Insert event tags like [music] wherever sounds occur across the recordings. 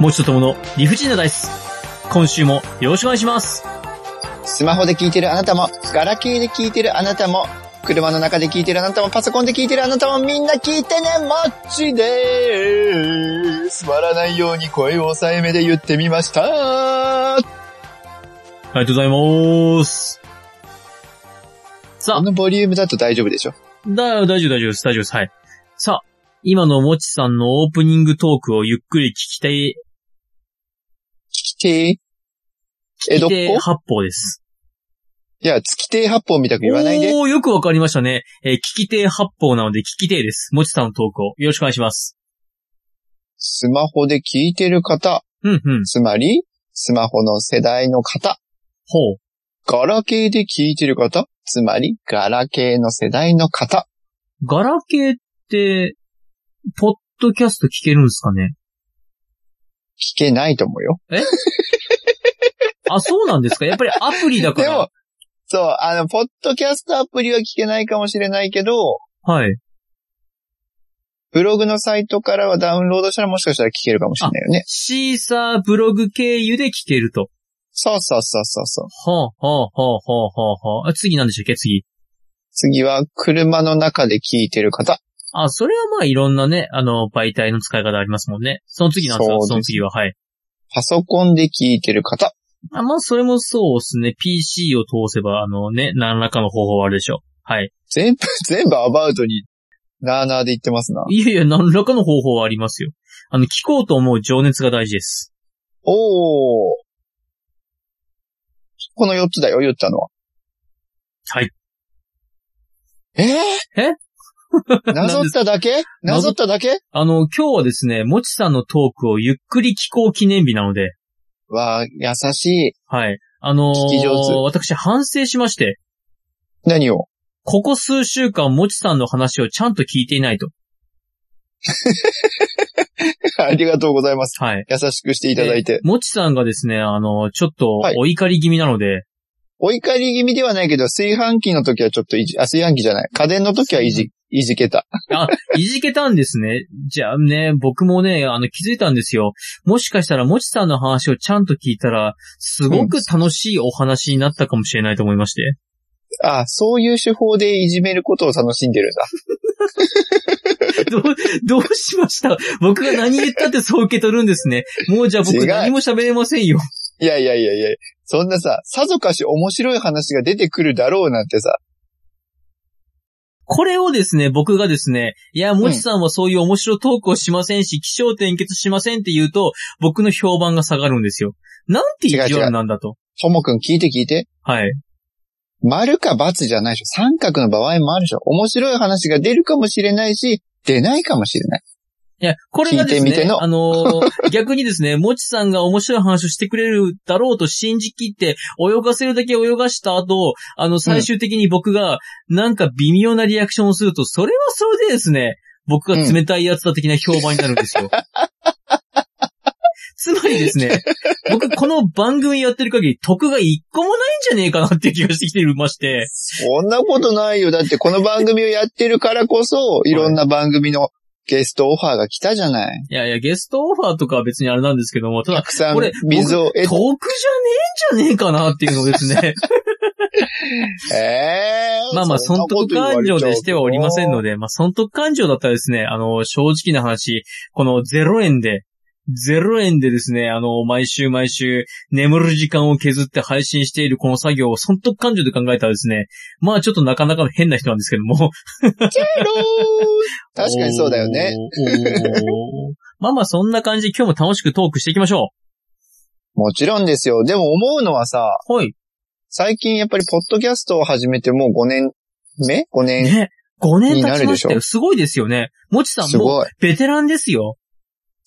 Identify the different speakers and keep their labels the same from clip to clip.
Speaker 1: もちとともの理不尽なダイス。今週もよろしくお願いします。
Speaker 2: スマホで聞いてるあなたも、ガラケーで聞いてるあなたも、車の中で聞いてるあなたも、パソコンで聞いてるあなたも、みんな聞いてね、もっちでーす。割らないように声を抑えめで言ってみました。
Speaker 1: ありがとうございます。さ
Speaker 2: こ
Speaker 1: あ、
Speaker 2: のボリュームだと大丈夫でしょ
Speaker 1: だ、大丈夫大丈夫です、大丈夫です。はい。さあ、今のもちさんのオープニングトークをゆっくり聞きたい、
Speaker 2: 月亭え、どっこ
Speaker 1: で八方です。
Speaker 2: いや、月亭八方みたく言わないで。
Speaker 1: おー、よくわかりましたね。えー聞き手八方なので聞き手です。もちさんのトークをよろしくお願いします。
Speaker 2: スマホで聞いてる方、
Speaker 1: うんうん。
Speaker 2: つまり、スマホの世代の方、
Speaker 1: ほう。
Speaker 2: ガラケーで聞いてる方、つまり、ガラケーの世代の方。
Speaker 1: ガラケーって、ポッドキャスト聞けるんですかね
Speaker 2: 聞けないと思うよ。
Speaker 1: あ、そうなんですかやっぱりアプリだか
Speaker 2: [laughs] でも
Speaker 1: ら。、
Speaker 2: そう、あの、ポッドキャストアプリは聞けないかもしれないけど、
Speaker 1: はい。
Speaker 2: ブログのサイトからはダウンロードしたらもしかしたら聞けるかもしれないよね。
Speaker 1: シーサーブログ経由で聞けると。
Speaker 2: そうそうそうそうそう。
Speaker 1: はあ、はあ、はあ、はあ、はあ、はあ。次なんでしたっけ次。
Speaker 2: 次は、車の中で聞いてる方。
Speaker 1: あ、それはまあいろんなね、あの、媒体の使い方ありますもんね。その次なんですか
Speaker 2: そう
Speaker 1: そ
Speaker 2: です
Speaker 1: の次は、はい。
Speaker 2: パソコンで聞いてる方。
Speaker 1: あ、まあそれもそうですね。PC を通せば、あのね、何らかの方法はあるでしょう。はい。
Speaker 2: 全部、 [laughs] 全部アバウトに、なーなーで言ってますな。
Speaker 1: いやいや、何らかの方法はありますよ。あの、聞こうと思う情熱が大事です。
Speaker 2: おー。この4つだよ、言ったのは。
Speaker 1: はい。
Speaker 2: えー、
Speaker 1: え
Speaker 2: なぞっただけなぞっただけ
Speaker 1: あの、今日はですね、もちさんのトークをゆっくり聞こう記念日なので、
Speaker 2: わー、優しい。
Speaker 1: はい。あのー
Speaker 2: 聞き上手
Speaker 1: 私反省しまして、
Speaker 2: 何を [laughs]
Speaker 1: ここ数週間もちさんの話をちゃんと聞いていないと。
Speaker 2: ありがとうございます。
Speaker 1: はい。
Speaker 2: 優しくしていただいて。
Speaker 1: もちさんがですね、あのーちょっと
Speaker 2: はい
Speaker 1: お怒り気味なので、
Speaker 2: お怒り気味ではないけど、炊飯器の時はちょっといじ、あ、炊飯器じゃない。家電の時はいじ、いじけた。 [laughs]
Speaker 1: あ、いじけたんですね。じゃあね、僕もね、あの、気づいたんですよ。もしかしたら、もちさんの話をちゃんと聞いたら、すごく楽しいお話になったかもしれないと思いまして。
Speaker 2: あ、そういう手法でいじめることを楽しんでるんだ。
Speaker 1: どう、どうしました僕が何言ったってそう受け取るんですね。もうじゃあ
Speaker 2: 違
Speaker 1: 僕
Speaker 2: う
Speaker 1: 何も喋れませんよ。
Speaker 2: いやいやいやいやそんなさ、さぞかし面白い話が出てくるだろうなんてさ、
Speaker 1: これをですね、僕がですね、いや、もちさんはそういう面白トークをしませんし、気象転結しませんって言うと、僕の評判が下がるんですよ。なんて意地悪なんだと。
Speaker 2: ともくん聞いて聞いて。
Speaker 1: はい。
Speaker 2: 丸か×じゃないでしょ。三角の場合もあるでしょ。面白い話が出るかもしれないし、出ないかもしれない。
Speaker 1: いや、これがです
Speaker 2: 聞いてみて
Speaker 1: ね、
Speaker 2: の
Speaker 1: あの
Speaker 2: [laughs]
Speaker 1: ー逆にですね、もちさんが面白い話をしてくれるだろうと信じきって、泳がせるだけ泳がした後、あの、最終的に僕が、なんか微妙なリアクションをすると、それはそれでですね、僕が冷たいやつだ的な評判になるんですよ。 [laughs] つまりですね、僕この番組やってる限り、得が一個もないんじゃねえかなって気がしてきてまして、
Speaker 2: そんなことないよ。だってこの番組をやってるからこそ、いろんな番組のゲストオファーが来たじゃない。
Speaker 1: いやいや、ゲストオファーとかは別にあれなんですけども、ただ
Speaker 2: た、くさん
Speaker 1: これ
Speaker 2: 水を得
Speaker 1: 得じゃねえんじゃねえかなっていうのをですね。
Speaker 2: えー
Speaker 1: まあまあ、損得感情でしてはおりませんの
Speaker 2: で。
Speaker 1: で、まあ、損得感情だったらですね、あの、正直な話、この0円で、0円でですね、あの、毎週毎週、眠る時間を削って配信しているこの作業を損得感情で考えたらですね、まあちょっとなかなかの変な人なんですけども。
Speaker 2: ゼロー確かにそうだよね。
Speaker 1: おー。おーまあまあそんな感じで今日も楽しくトークしていきましょ
Speaker 2: もちろんですよ。でも思うのはさ、
Speaker 1: う。はい。
Speaker 2: 最近やっぱりポッドキャストを始めてもう5年目 ?5 年。
Speaker 1: ね。5年
Speaker 2: に
Speaker 1: 経
Speaker 2: な
Speaker 1: ち
Speaker 2: る
Speaker 1: ま
Speaker 2: で
Speaker 1: し
Speaker 2: しょ
Speaker 1: たよ。すごいですよね。もちさん
Speaker 2: す
Speaker 1: もう
Speaker 2: ごい。
Speaker 1: ベテランですよ。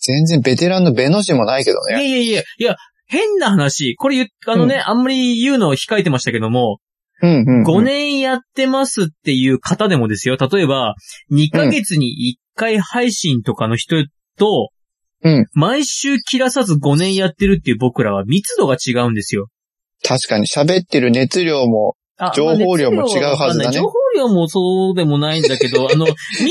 Speaker 2: 全然ベテランのベの字もないけど
Speaker 1: い
Speaker 2: ね。
Speaker 1: やいやいや、いや、変な話。これ言っあのね、あんまり言うのを控えてましたけども、
Speaker 2: うんうん、うん。
Speaker 1: 5年やってますっていう方でもですよ、例えば、2ヶ月に1回配信とかの人と、
Speaker 2: うん
Speaker 1: 毎週切らさず5年やってるっていう僕らは密度が違うんですよ。
Speaker 2: 確かに喋ってる熱量も
Speaker 1: あ
Speaker 2: 情報量も違うはずだね
Speaker 1: まあ熱量わかんない情報量もそうでもないんだけど、あ [laughs] の、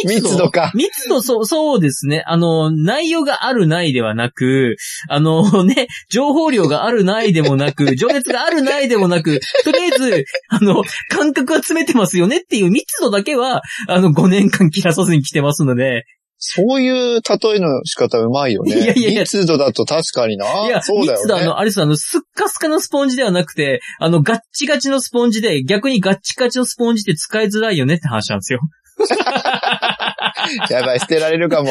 Speaker 1: 密度。
Speaker 2: 密度か
Speaker 1: 密度、そう、そうですね。あの、内容があるないではなく、あのね、情報量があるないでもなく、情熱があるないでもなく、とりあえず、あの、感覚は詰めてますよねっていう密度だけは、あの、5年間切らさずに来てますので、
Speaker 2: そういう例えの仕方うまいよね。
Speaker 1: いやいやいや
Speaker 2: 密度だと確かにな。
Speaker 1: いや、
Speaker 2: そうだ
Speaker 1: 密度あ
Speaker 2: よね。
Speaker 1: の、あれです、あの、スッカスカのスポンジではなくて、あの、ガッチガチのスポンジで、逆にガッチガチのスポンジって使いづらいよねって話なんですよ。
Speaker 2: やばい、捨てられるかも。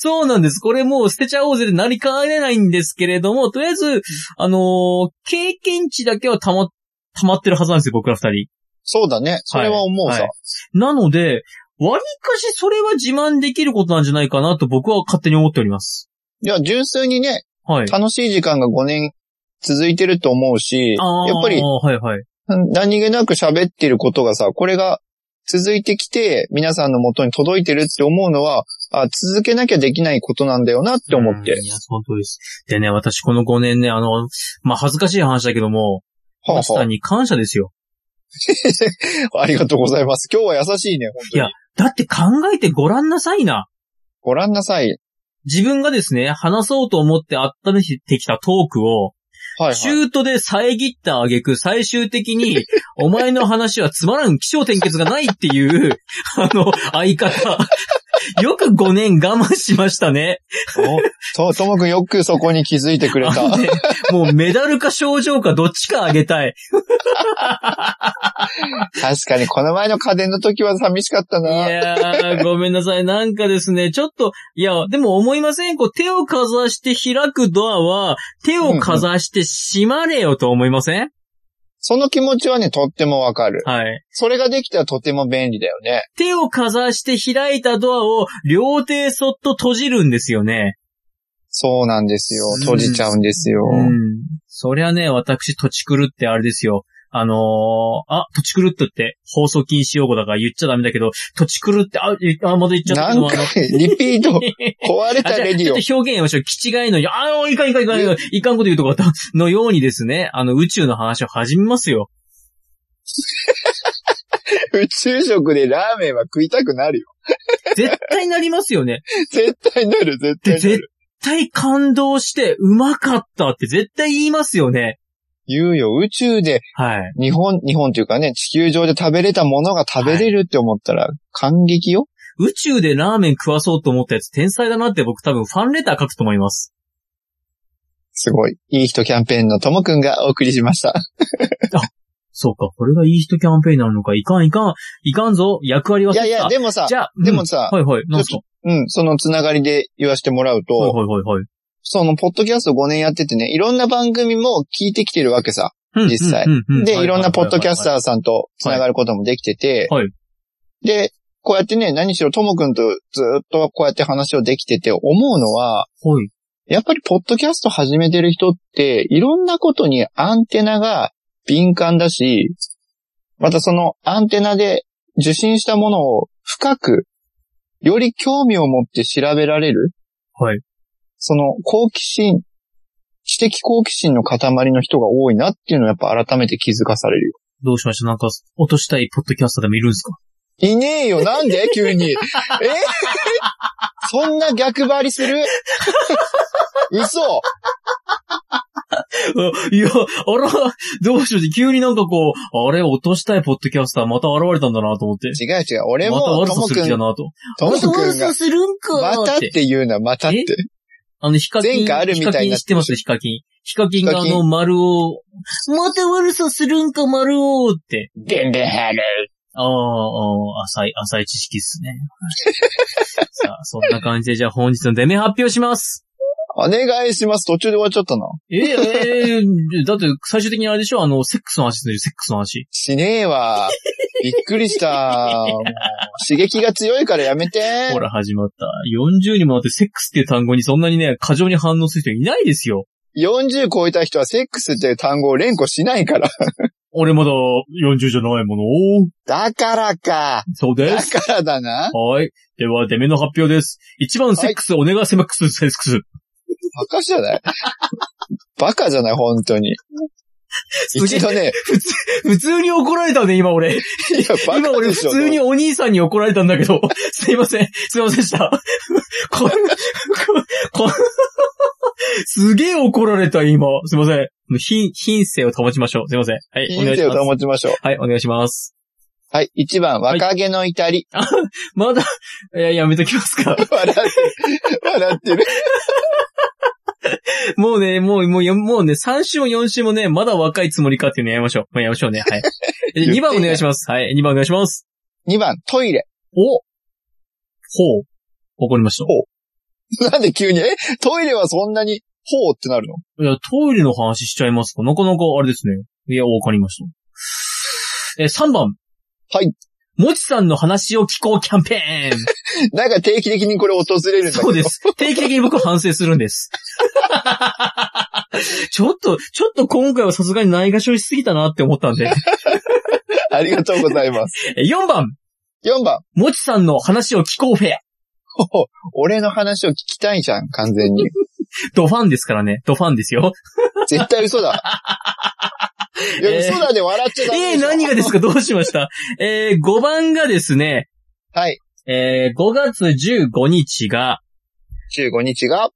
Speaker 1: そうなんです。これもう捨てちゃおうぜでなりかねないんですけれども、とりあえず、あのー経験値だけはたま、溜まってるはずなんですよ、僕ら二人。
Speaker 2: そうだね。それは思うさ。
Speaker 1: はいなので、割かしそれは自慢できることなんじゃないかなと僕は勝手に思っております。
Speaker 2: いや、純粋にね、
Speaker 1: はい。
Speaker 2: 楽しい時間が5年続いてると思うし、
Speaker 1: あー
Speaker 2: やっぱり
Speaker 1: はいはい。
Speaker 2: 何気なく喋ってることがさ、これが続いてきて、皆さんの元に届いてるって思うのは、あ続けなきゃできないことなんだよなって思って
Speaker 1: うん。いや、その通りです。でね、私この5年ね、あの、まあ、恥ずかしい話だけども、
Speaker 2: はあ
Speaker 1: マスターに感謝ですよ。
Speaker 2: はあ、ありがとうございます。今日は優しいね、本当
Speaker 1: いや
Speaker 2: に。
Speaker 1: だって考えてごらんなさいな。
Speaker 2: ご覧なさい。
Speaker 1: 自分がですね、話そうと思って温めてきたトークを、
Speaker 2: はい、はい。
Speaker 1: 中途で遮った挙句、最終的
Speaker 2: [laughs]
Speaker 1: に、お前の話はつまらん気象転結がないっていう、 [laughs] あの、相方。よく5年我慢しましたね。
Speaker 2: と、ともくんよくそこに気づいてくれ
Speaker 1: あの
Speaker 2: た。
Speaker 1: ねもうメダルか賞状かどっちかあげたい。
Speaker 2: 確かに、この前の家電の時は寂しかった
Speaker 1: い
Speaker 2: な。
Speaker 1: やー、ごめんなさい。なんかですね、ちょっと、いや、でも思いません。こう、手をかざして開くドアは、手をかざして閉まれよと思いません、
Speaker 2: その気持ちはね、とってもわかる。
Speaker 1: はい。
Speaker 2: それができたらとても便利だよね。
Speaker 1: 手をかざして開いたドアを両手そっと閉じるんですよね。
Speaker 2: そうなんですよ。閉じちゃうんですよ。
Speaker 1: うん。そりゃね、私、土地狂ってあれですよ。あのー、あ、土地狂ってって放送禁止用語だから言っちゃダメだけど、土地狂って、あ、えあ、まだ言っちゃった
Speaker 2: な
Speaker 1: けど
Speaker 2: ん
Speaker 1: も、
Speaker 2: か
Speaker 1: あの、
Speaker 2: リピ
Speaker 1: [laughs]
Speaker 2: ート、壊れ
Speaker 1: あ
Speaker 2: た
Speaker 1: じゃあ
Speaker 2: レ
Speaker 1: ち
Speaker 2: ディ
Speaker 1: ょ
Speaker 2: オ
Speaker 1: っ。と表現をしよう。気違いのよ、あーいかんいかんいかんいかん、いかんこと言うとこあった。のようにですね、あの、宇宙の話を始めます
Speaker 2: [laughs]
Speaker 1: よ。
Speaker 2: 宇宙食でラーメンは食いたくなるよ。
Speaker 1: 絶対なりますよ
Speaker 2: [laughs]
Speaker 1: ね。
Speaker 2: 絶対なる、絶対
Speaker 1: で、
Speaker 2: な
Speaker 1: 絶。
Speaker 2: る
Speaker 1: 対感動して、うまかったって絶対言いますよね。
Speaker 2: 言うよ、宇宙で
Speaker 1: はい。
Speaker 2: 日本、日本というかね、地球上で食べれたものが食べれるって思ったら感激よ。
Speaker 1: 宇宙でラーメン食わそうと思ったやつ天才だなって僕多分ファンレター書くと思います。
Speaker 2: すごい。いい人キャンペーンのともくんがお送りしました。
Speaker 1: そうか、これがいい人キャンペーンなのか。いかんいかん、いかんぞ、役割はい
Speaker 2: やいや、
Speaker 1: で
Speaker 2: でもさ
Speaker 1: じ、ゃあ、
Speaker 2: でも
Speaker 1: うん
Speaker 2: さ、
Speaker 1: はいはい、なんすか
Speaker 2: うん、そのつながりで言わせてもらうと、
Speaker 1: はいはいはいはい。
Speaker 2: そのポッドキャスト5年やっててね、いろんな番組も聞いてきてるわけさ。
Speaker 1: うん
Speaker 2: 実際。
Speaker 1: うんうんう
Speaker 2: で、いろんなポッドキャス
Speaker 1: ー。
Speaker 2: ターさんとつながることもできてて、
Speaker 1: はい
Speaker 2: で、こうやってね、何しろともくんとずっとこうやって話をできてて思うのは、
Speaker 1: はい。
Speaker 2: やっぱりポッドキャスト始めてる人って、いろんなことにアンテナが敏感だし、またそのアンテナで受信したものを深く、より興味を持って調べられる。
Speaker 1: はい。
Speaker 2: その好奇心、知的好奇心の塊の人が多いなっていうのをやっぱ改めて気づかされるよ。
Speaker 1: どうしましたなんか、落としたいポッドキャスターでもいるんです
Speaker 2: [laughs]
Speaker 1: か
Speaker 2: いねえよ、な
Speaker 1: [laughs]
Speaker 2: んで急に。え [laughs] そんな逆張りする嘘
Speaker 1: あいや、あら、どうしよう急になんかこう、あれ、落としたいポッドキャスターまた現れたんだなと思って。
Speaker 2: 違う違う。俺
Speaker 1: また
Speaker 2: も、
Speaker 1: 悪
Speaker 2: と
Speaker 1: さ
Speaker 2: も
Speaker 1: する
Speaker 2: く
Speaker 1: 気
Speaker 2: ん
Speaker 1: だなと。
Speaker 2: トム君が、
Speaker 1: するんか
Speaker 2: またって言うな、またって。
Speaker 1: あの、ヒカキン。
Speaker 2: 前回あるみたいに
Speaker 1: ヒカキン
Speaker 2: な
Speaker 1: 知ってますヒカキン。ヒカキンがあ
Speaker 2: ヒカキ
Speaker 1: の、丸を、また悪さするんか、丸をって。
Speaker 2: でんでんはる。
Speaker 1: ああ、ああ浅い、浅い知識っすね。 [laughs] さあ、そんな感じで、じゃあ本日のデメ発表します。
Speaker 2: お願いします。途中で終わっちゃったな。
Speaker 1: ええええだって、最終的にあれでしょあの、セックスの話ですよ、セックスの話。
Speaker 2: しね
Speaker 1: [laughs]
Speaker 2: えわ。びっくりした。もう刺激が強いからやめて
Speaker 1: ほ。ら、始まった。40にもなって、セックスっていう単語にそんなにね、過剰に反応する人いないですよ。
Speaker 2: 40超えた人はセックスっていう単語を連呼しないから。
Speaker 1: 俺まだ40じゃないもの。
Speaker 2: だからか。
Speaker 1: そうで
Speaker 2: だ
Speaker 1: す。
Speaker 2: からだな。
Speaker 1: はい。では、デメの発表です。1番、セックス、お願いセマックス、セックス。
Speaker 2: バカじゃないバカじゃない、本当に。
Speaker 1: すげ
Speaker 2: 一
Speaker 1: え、
Speaker 2: 度ね、
Speaker 1: 普通に怒られたね、今俺。
Speaker 2: いや、バ
Speaker 1: 今
Speaker 2: カ
Speaker 1: 俺
Speaker 2: で
Speaker 1: 普
Speaker 2: しょ。
Speaker 1: 通にお兄さんに怒られたんだけど、 [laughs] すいません、すいませんでした。こん、こん、こん、すげえ怒られた、今。すいません。品、品性を保ちましょう。すいません。はい、お願いし
Speaker 2: 人生を
Speaker 1: ます。
Speaker 2: 保ちましょう。
Speaker 1: はい、お願いします。
Speaker 2: はい、一番、
Speaker 1: はい
Speaker 2: 若気の至り。
Speaker 1: まだ、いや、やめときますか。 [laughs]
Speaker 2: 笑ってる。笑ってる。
Speaker 1: もうね、もう、もう、もうね、3週も4週もね、まだ若いつもりかっていうのやめましょう。まあ、やめましょうね。
Speaker 2: [laughs]
Speaker 1: はい。
Speaker 2: 言って
Speaker 1: 2番お願いします。はい、2番お願いします。
Speaker 2: 二番、トイレ。
Speaker 1: おほう。わかりました。
Speaker 2: [laughs] なんで急に、え、トイレはそんなに、ほうってなるの
Speaker 1: いや、トイレの話しちゃいますかなかなかあれですね。いや、わかりました。え、3番。
Speaker 2: はい。
Speaker 1: もちさんの話を聞こうキャンペー
Speaker 2: [laughs]
Speaker 1: ン
Speaker 2: なんか定期的にこれ訪れるんだけど。
Speaker 1: そうです。定期的に僕は反省するんです。 [laughs] ちょっと、ちょっと今回はさすがにないがしろしすぎたなって思ったんで。
Speaker 2: ありがとうございます。
Speaker 1: え4番。
Speaker 2: 4番。
Speaker 1: もちさんの話を聞こうフェア。
Speaker 2: ほほ俺の話を聞きたいじゃん、完全に。
Speaker 1: ドファンですからね。ドファンですよ。
Speaker 2: 絶対嘘だ。い
Speaker 1: [laughs]
Speaker 2: や、
Speaker 1: えー
Speaker 2: 嘘だで笑っちゃダメ
Speaker 1: え
Speaker 2: で
Speaker 1: ー、
Speaker 2: しょ。
Speaker 1: 何がですかどうしましたえー、5番がですね、
Speaker 2: はい。
Speaker 1: えー、5月15日が、
Speaker 2: 15日が、
Speaker 1: 青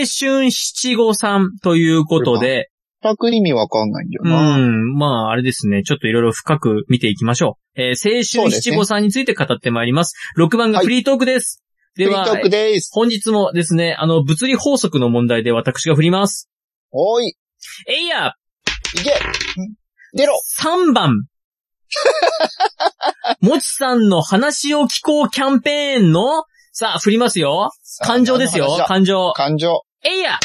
Speaker 1: 春七五三ということで、
Speaker 2: 全く意味わかんないんだよ
Speaker 1: う
Speaker 2: な。
Speaker 1: ん、まあ、あれですね、ちょっといろいろ深く見ていきましょう。えー
Speaker 2: そ
Speaker 1: 青
Speaker 2: う
Speaker 1: 春
Speaker 2: です
Speaker 1: 七
Speaker 2: ね
Speaker 1: 五三について語ってまいります。6番が
Speaker 2: はい
Speaker 1: フリートークです。
Speaker 2: フリ
Speaker 1: では
Speaker 2: ートー、クです。
Speaker 1: 本日もですね、あの、物理法則の問題で私が振ります。
Speaker 2: おーい、
Speaker 1: えいや
Speaker 2: いけ出ろ
Speaker 1: !3
Speaker 2: [laughs]
Speaker 1: 番もちさんの話を聞こうキャンペーンの、さあ、振りますよ。感情です
Speaker 2: 何の
Speaker 1: よ
Speaker 2: 話、だ
Speaker 1: 感情。
Speaker 2: 感情。
Speaker 1: えいや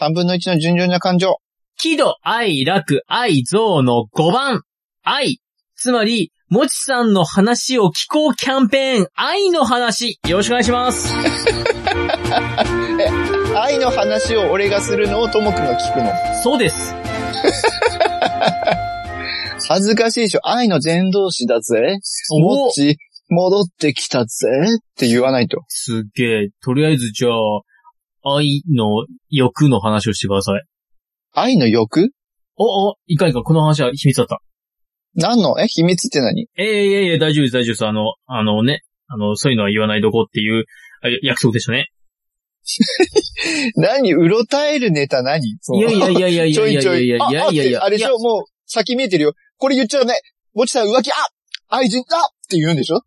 Speaker 2: 3分の1の順々な感情。
Speaker 1: 喜怒哀楽愛憎の5番。愛。つまり、もちさんの話を聞こうキャンペーン、愛の話。よろしくお願いします。
Speaker 2: 愛の話を俺がするのをともくんが聞くの。
Speaker 1: そうです。
Speaker 2: 恥ずかしいでしょ。愛の伝道師だぜ。
Speaker 1: お
Speaker 2: もっち、戻ってきたぜ。って言わないと。
Speaker 1: すっげえ。とりあえずじゃあ、愛の欲の話をしてください。
Speaker 2: 愛の欲
Speaker 1: お、お、いかんいかん、この話は秘密だった。
Speaker 2: 何のえ秘密って何
Speaker 1: ええいやいや、大丈夫です、大丈夫です。あの、あのね、あの、そういうのは言わないどこっていうあ約束でしたね。
Speaker 2: 何うろたえるネタ何その
Speaker 1: いやいやいやいやい
Speaker 2: ちょ
Speaker 1: やい
Speaker 2: い
Speaker 1: や
Speaker 2: ちょい。
Speaker 1: いやい
Speaker 2: あ
Speaker 1: やいやいや。
Speaker 2: あってあれでしょもう、先見えてるよ。これ言っちゃダメ。もちさん浮気、あ愛人、あって言うんでしょ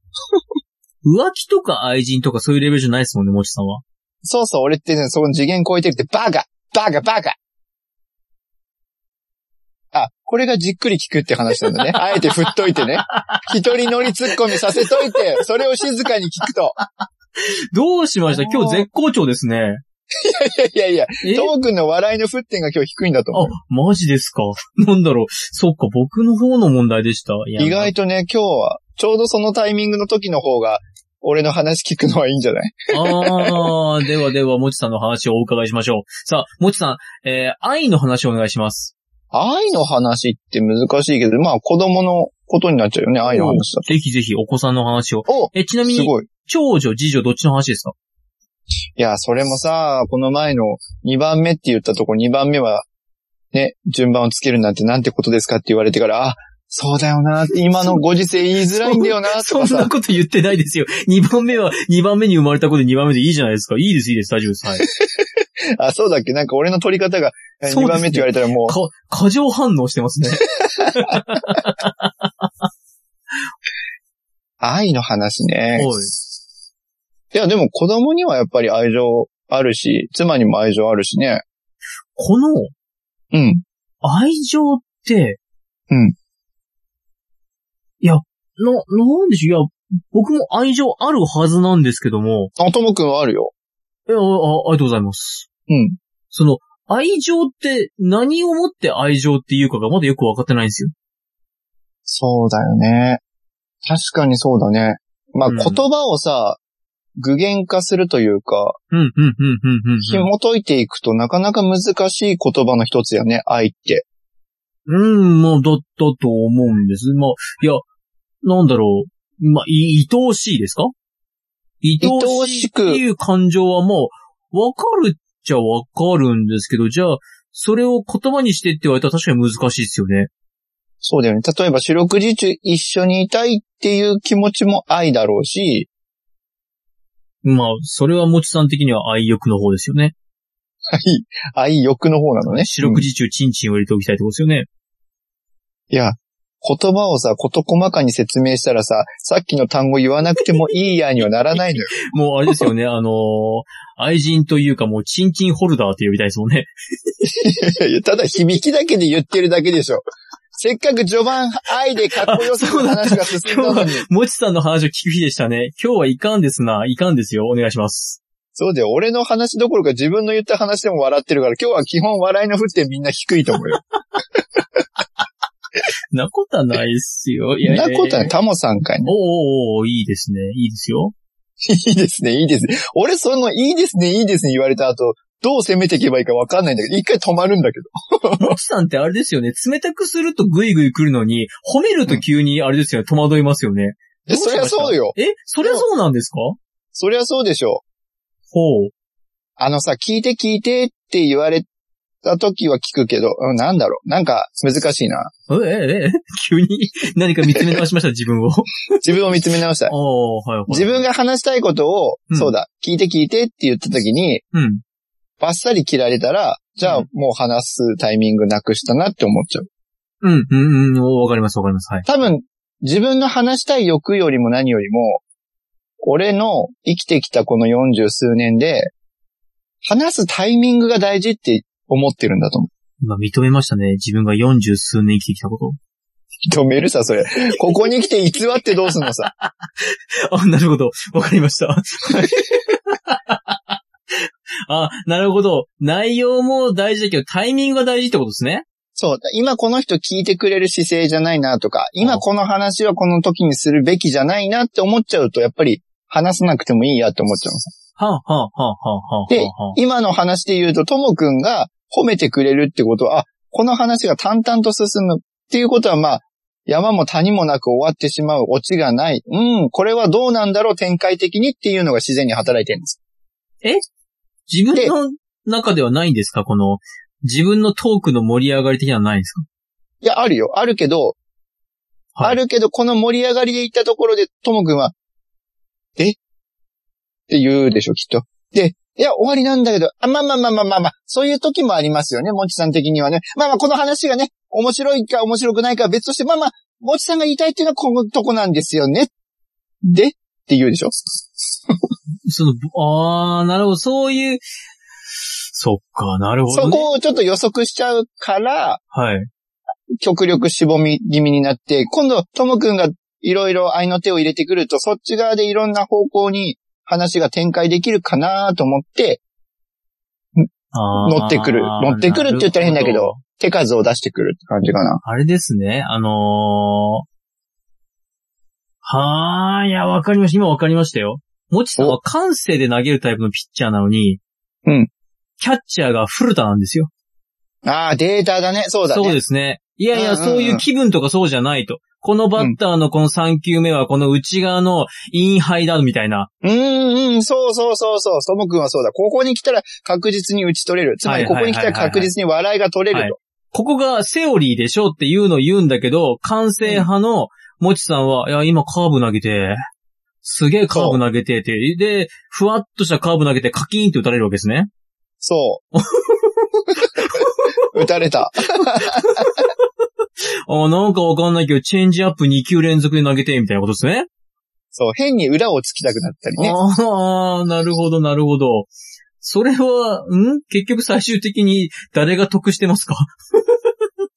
Speaker 1: 浮気とか愛人とかそういうレベルじゃないですもんね、もちさんは。
Speaker 2: そうそう、俺ってね、その次元超えてるって、バカバカバカあ、これがじっくり聞くって話なんだ
Speaker 1: [laughs]
Speaker 2: ね。あえて振っといてね。一人乗り突っ込みさせといて、それを静かに聞くと。
Speaker 1: どうしました今日絶好調ですね。
Speaker 2: いやいや
Speaker 1: え
Speaker 2: いや、トークの笑いの沸点が今日低いんだと思
Speaker 1: あ
Speaker 2: う。、
Speaker 1: マジですか。 [laughs] なんだろう。そっか、僕の方の問題でした。いや
Speaker 2: 意外とね、今日は、ちょうどそのタイミングの時の方が、俺の話聞くのはいいんじゃない
Speaker 1: あ
Speaker 2: [laughs]
Speaker 1: ー、ではでは、もちさんの話をお伺いしましょう。さあ、もちさん、えー、愛の話をお願いします。
Speaker 2: 愛の話って難しいけど、まあ子供のことになっちゃうよね、愛の話だ
Speaker 1: ぜひぜひ、お子さんの話を。
Speaker 2: と。お
Speaker 1: え、ちなみ
Speaker 2: す
Speaker 1: に、
Speaker 2: ごい。
Speaker 1: 長女、次女、どっちの話ですか
Speaker 2: いや、それもさ、この前の2番目って言ったとこ2番目は、ね、順番をつけるなんてなんてことですかって言われてから、あ、そうだよな、今のご時世言いづらいんだよな、と
Speaker 1: そ
Speaker 2: か
Speaker 1: んな
Speaker 2: さ。
Speaker 1: こと言ってないですよ。2番目は、2番目に生まれた子で2番目でいいじゃないですか。いいです、いいです、大丈夫です。
Speaker 2: [laughs]
Speaker 1: はい。
Speaker 2: あ、そうだっけなんか俺の取り方が
Speaker 1: そうですね
Speaker 2: 2番目って言われたらもう、
Speaker 1: か、過剰反応してますね。
Speaker 2: 愛の話ね。
Speaker 1: おい
Speaker 2: いや、でも子供にはやっぱり愛情あるし、妻にも愛情あるしね。
Speaker 1: この、
Speaker 2: うん。
Speaker 1: 愛情って、
Speaker 2: うん。
Speaker 1: いや、な、なんでしょう、いや、僕も愛情あるはずなんですけども、
Speaker 2: あ、ともくんはあるよ。
Speaker 1: いや、あありがとうございます。
Speaker 2: うん。
Speaker 1: その、愛情って何をもって愛情っていうかがまだよくわかってないんですよ。
Speaker 2: そうだよね。確かにそうだね。まあ、
Speaker 1: うん
Speaker 2: 言葉をさ、具現化するというか、
Speaker 1: うん、うん、うん、うん、うんうん。
Speaker 2: 紐解いていくとなかなか難しい言葉の一つやね、愛って。
Speaker 1: うん、まあ、だったと思うんです。まあ、いや、なんだろう。まあ、い、愛おしいですか愛おしいっていう感情はもう、わかるっちゃわかるんですけど、じゃあ、それを言葉にしてって言われたら確かに難しいですよね。
Speaker 2: そうだよね。例えば四六時中一緒にいたいっていう気持ちも愛だろうし、
Speaker 1: まあ、それはもちさん的には愛欲の方ですよね。
Speaker 2: はい。愛欲の方なのね。
Speaker 1: 四六
Speaker 2: 時、
Speaker 1: 時中チンチンを入れておきたいってことですよね。
Speaker 2: いや、言葉をさ、こと細かに説明したらさ、さっきの単語言わなくてもいいやにはならないのよ。
Speaker 1: もうあれですよね、あのー愛人というかもうチンチンホルダーって呼びたいですもんね。
Speaker 2: いやいやただ響きだけで言ってるだけでしょ。せっかく序盤愛でかっこよく話が進んだのに。
Speaker 1: もちさんの話を聞く日でしたね。今日はいかんですな。いかんですよ。お願いします。
Speaker 2: そうだよ。俺の話どころか自分の言った話でも笑ってるから、今日は基本笑いの沸点みんな低いと思うよ。
Speaker 1: なことはないっす
Speaker 2: [laughs]
Speaker 1: よ。いやいや
Speaker 2: ない
Speaker 1: や
Speaker 2: ことはタモさんかいね。
Speaker 1: おうおうおういいですね。いいですよ。
Speaker 2: いいですね、いいですね。俺その、いいですね、いいですね言われた後、どう攻めていけばいいかわかんないんだけど、一回止まるんだけど。
Speaker 1: もちさんってあれですよね。冷たくするとグイグイ来るのに、褒めると急にあれですよね。戸惑いますよね。
Speaker 2: え、そりゃそうよ。
Speaker 1: え、そりゃそうなんですか
Speaker 2: そりゃそうでしょう。
Speaker 1: ほう。
Speaker 2: あのさ、聞いて聞いてって言われた時は聞くけど、うん、なんだろう。なんか、難しいな。
Speaker 1: ええ、ええ、急に [laughs] 何か見つめ直しま
Speaker 2: [laughs]
Speaker 1: した、自分を。
Speaker 2: 自分を見つめ直したい。
Speaker 1: おー、はいはい。
Speaker 2: 自分が話したいことを、
Speaker 1: うん
Speaker 2: そうだ、聞いて聞いてって言った時に、
Speaker 1: うん。
Speaker 2: バッサリ切られたら、じゃあ
Speaker 1: う
Speaker 2: もう話すタイミングなくしたなって思っちゃう。
Speaker 1: うん、うん、うん、おわかります、わかります。はい。
Speaker 2: 多分、自分の話したい欲よりも何よりも、俺の生きてきたこの40数年で、話すタイミングが大事って思ってるんだと思
Speaker 1: 今認めましたね。自分が四十数年生きてきたこと。
Speaker 2: う。止 [laughs] めるさ、それ。ここに来て偽ってどうすんのさ。
Speaker 1: あ、なるほど。わかりました。はいあ、なるほど。内容も大事だけど、タイミングが大事ってことですね。
Speaker 2: そう。今この人聞いてくれる姿勢じゃないなとか、今この話はこの時にするべきじゃないなって思っちゃうと、やっぱり話さなくてもいいやって思っちゃうのさ。
Speaker 1: はあ、はあ、はあ、はあ、はあ。
Speaker 2: で
Speaker 1: は、
Speaker 2: 今の話で言うと、ともくんが褒めてくれるってことは、あ、この話が淡々と進むっていうことは、まあ、山も谷もなく終わってしまうオチがない。うん、これはどうなんだろう展開的にっていうのが自然に働いてるんです。
Speaker 1: 自分の中ではないんですかこの、自分のトークの盛り上がり的なのはないんですか
Speaker 2: いや、あるよ。あるけど、
Speaker 1: はい
Speaker 2: あるけど、この盛り上がりでいったところで、ともくんは、えって言うでしょ、きっと。で、いや、終わりなんだけど、あまあまあまあまあまあまあ、そういう時もありますよね、もちさん的にはね。まあまあ、この話がね、面白いか面白くないかは別として、まあまあ、もちさんが言いたいっていうのはこのとこなんですよね。でって言うでしょ
Speaker 1: その、あー、なるほど。そういう、そっか、なるほど、
Speaker 2: そ
Speaker 1: ね。
Speaker 2: こをちょっと予測しちゃうから、
Speaker 1: はい。
Speaker 2: 極力しぼみ気味になって、今度、ともくんがいろいろ愛の手を入れてくると、そっち側でいろんな方向に話が展開できるかなと思って、
Speaker 1: あー
Speaker 2: 乗ってくる。乗ってくるって言ったら変だけ。
Speaker 1: なるほ、
Speaker 2: ど手数を出してくるって感じかな。
Speaker 1: あれですね、あのー、はー、いや、わかりました。今わかりましたよ。もちさんは感性で投げるタイプのピッチャーなのに、
Speaker 2: うん。
Speaker 1: キャッチャーが古田なんですよ。
Speaker 2: ああ、データだね。そうだね。
Speaker 1: そうですね。いやいや、
Speaker 2: うんうんうん
Speaker 1: そういう気分とかそうじゃないと。このバッターのこの3球目はこの内側のインハイだみたいな。
Speaker 2: うーん、うん、そうそうそうそう。ともくんはそうだ。ここに来たら確実に打ち取れる。つま
Speaker 1: は
Speaker 2: り、
Speaker 1: い
Speaker 2: こ
Speaker 1: は
Speaker 2: こ
Speaker 1: いはい
Speaker 2: に来たら確実に笑いが取れると。
Speaker 1: ここがセオリーでしょっていうのを言うんだけど、完成派のもちさんは、いや、今カーブ投げて、すげえカーブ投げてて、で、ふわっとしたカーブ投げてカキーンって打たれるわけですね。
Speaker 2: そ
Speaker 1: [laughs]
Speaker 2: う。打たれた。
Speaker 1: あなんかわかんないけど、チェンジアップ2球連続で投げて、みたいなことですね。
Speaker 2: そう。変に裏をつきたくなったりね。
Speaker 1: ああ、なるほど、なるほど。それは、ん結局最終的に誰が得してますか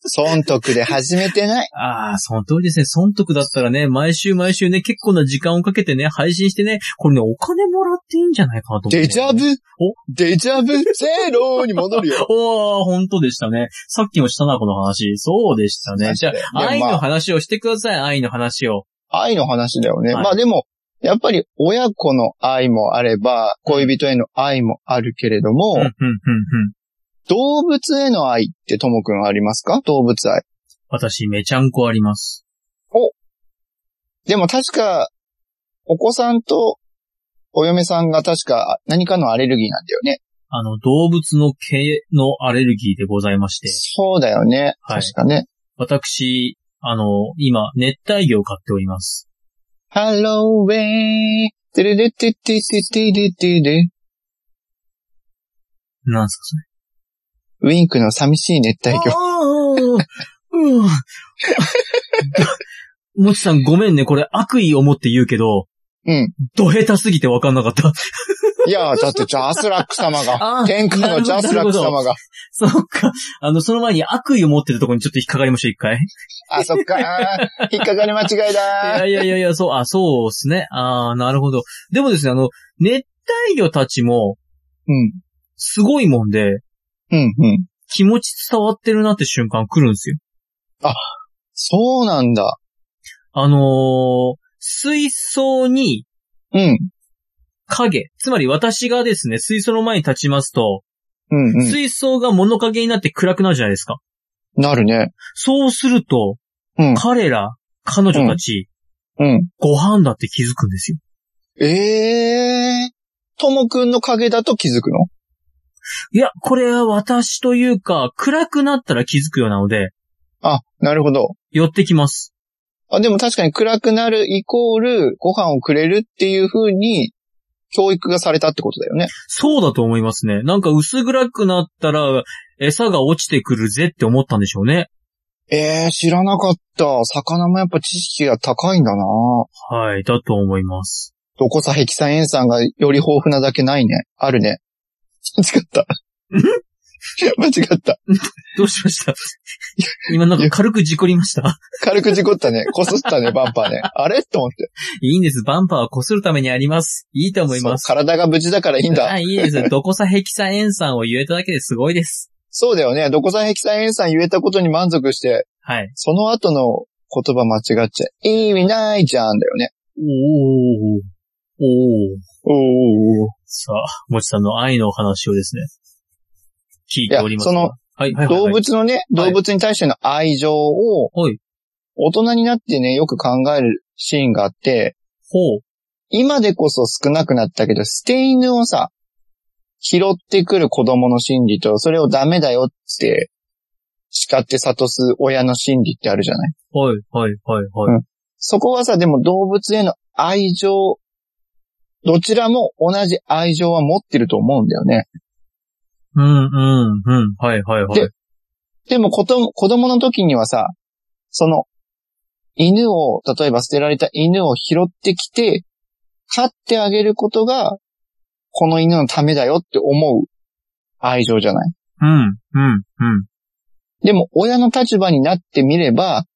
Speaker 2: 損得で始めてない。
Speaker 1: ああ、その通りですね。損得だったらね、毎週毎週ね、結構な時間をかけてね、配信してね、これね、お金もらっていいんじゃないかなと思って。
Speaker 2: デジャブ
Speaker 1: お
Speaker 2: デジャブゼロに戻
Speaker 1: [laughs]
Speaker 2: るよ。
Speaker 1: おー、本当でしたね。さっきもしたな、この話。そうでしたね。じゃ
Speaker 2: でも
Speaker 1: あ、
Speaker 2: まあ
Speaker 1: 愛の話をしてください、愛の話を。
Speaker 2: 愛の話だよね。
Speaker 1: はい
Speaker 2: まあでも、やっぱり親子の愛もあれば、恋人への愛もあるけれども、
Speaker 1: うん、うん、うん、うん。
Speaker 2: 動物への愛ってともくんはありますか動物愛。
Speaker 1: 私、めちゃんこあります。
Speaker 2: でも確か、お子さんとお嫁さんが確か何かのアレルギーなんだよね。
Speaker 1: あの、動物の毛のアレルギーでございまして、
Speaker 2: そうだよね。
Speaker 1: はい
Speaker 2: 確かね。
Speaker 1: 私、あの、今、熱帯魚を飼っております。
Speaker 2: ハローウェイ。てれれててててれてれ。
Speaker 1: なんすか、それ。
Speaker 2: ウィンクの寂しい熱帯魚。
Speaker 1: 魚。うん。 [laughs] もちさんごめんね、これ悪意を持って言うけど、
Speaker 2: うん。
Speaker 1: ど下手すぎてわかんなかった。 [laughs]
Speaker 2: いや、だってジャスラック様
Speaker 1: あ
Speaker 2: が、
Speaker 1: ー
Speaker 2: 天下のジャスラック様が。
Speaker 1: そっか。あの、その前に悪意を持ってるところにちょっと引っかかりましょう、一回。
Speaker 2: あ、そっか。あー引っかかり間違いだ。
Speaker 1: いやいやいやいや、そう、あ、そうですね。ああ、なるほど。でもですね、あの、熱帯魚たちも、
Speaker 2: うん。
Speaker 1: すごいもんで、
Speaker 2: うん、うん。
Speaker 1: 気持ち伝わってるなって瞬間来るんですよ。
Speaker 2: そうなんだ。
Speaker 1: あのー水槽に
Speaker 2: うん。
Speaker 1: 影、つまり私がですね、水槽の前に立ちますと、
Speaker 2: うん、うん。
Speaker 1: 水槽が物陰になって暗くなるじゃないですか。
Speaker 2: なるね。
Speaker 1: そうすると、
Speaker 2: うん
Speaker 1: 彼ら、彼女たち、
Speaker 2: うん。
Speaker 1: ご飯だって気づくんですよ。
Speaker 2: ええー。ともくんの影だと気づくの
Speaker 1: いや、これは私というか、暗くなったら気づくようなので、
Speaker 2: あ、なるほど。
Speaker 1: 寄ってきます。
Speaker 2: あ、でも確かに暗くなるイコールご飯をくれるっていう風に教育がされたってことだよね。
Speaker 1: そうだと思いますね。なんか薄暗くなったら、餌が落ちてくるぜって思ったんでしょうね。
Speaker 2: ええー、知らなかった。魚もやっぱ知識が高いんだな
Speaker 1: はい、だと思います。
Speaker 2: どこさヘキサエン酸がより豊富なだけないね。あるね。間違った。間違った。
Speaker 1: どうしました [laughs] 今なんか軽く事故りました。 [laughs]
Speaker 2: 軽く事故ったね。こすったね、バンパーね。あれと思って。
Speaker 1: いいんです。バンパーは擦るためにあります。いいと思います。
Speaker 2: そう体が無事だからいいんだ。
Speaker 1: あ、いい
Speaker 2: [laughs]
Speaker 1: です。どこさヘキサエン酸を言えただけですごいです。
Speaker 2: そうだよね。どこさヘキサエン酸言えたことに満足して、
Speaker 1: はい。
Speaker 2: その後の言葉間違っちゃ意味ないじゃんだよね。
Speaker 1: おー。おー。
Speaker 2: おーおーおー
Speaker 1: さあ、もちさんの愛のお話をですね、聞いておりますが。
Speaker 2: いやその
Speaker 1: はい、はい、はい。
Speaker 2: 動物のね、
Speaker 1: はい
Speaker 2: 動物に対しての愛情を
Speaker 1: はい、
Speaker 2: 大人になってね、よく考えるシーンがあって、
Speaker 1: ほう。
Speaker 2: 今でこそ少なくなったけど、捨て犬をさ、拾ってくる子供の心理と、それをダメだよって、叱って諭す親の心理ってあるじゃない
Speaker 1: はい、はい、はい、はい。
Speaker 2: そこはさ、でも動物への愛情、どちらも同じ愛情は持ってると思うんだよね。
Speaker 1: うん、うん、うん。はい、はい、はい
Speaker 2: で。でもこと、子供の時にはさ、その、犬を、例えば捨てられた犬を拾ってきて、飼ってあげることが、この犬のためだよって思う愛情じゃない
Speaker 1: うん、うん、うん。
Speaker 2: でも、親の立場になってみれば、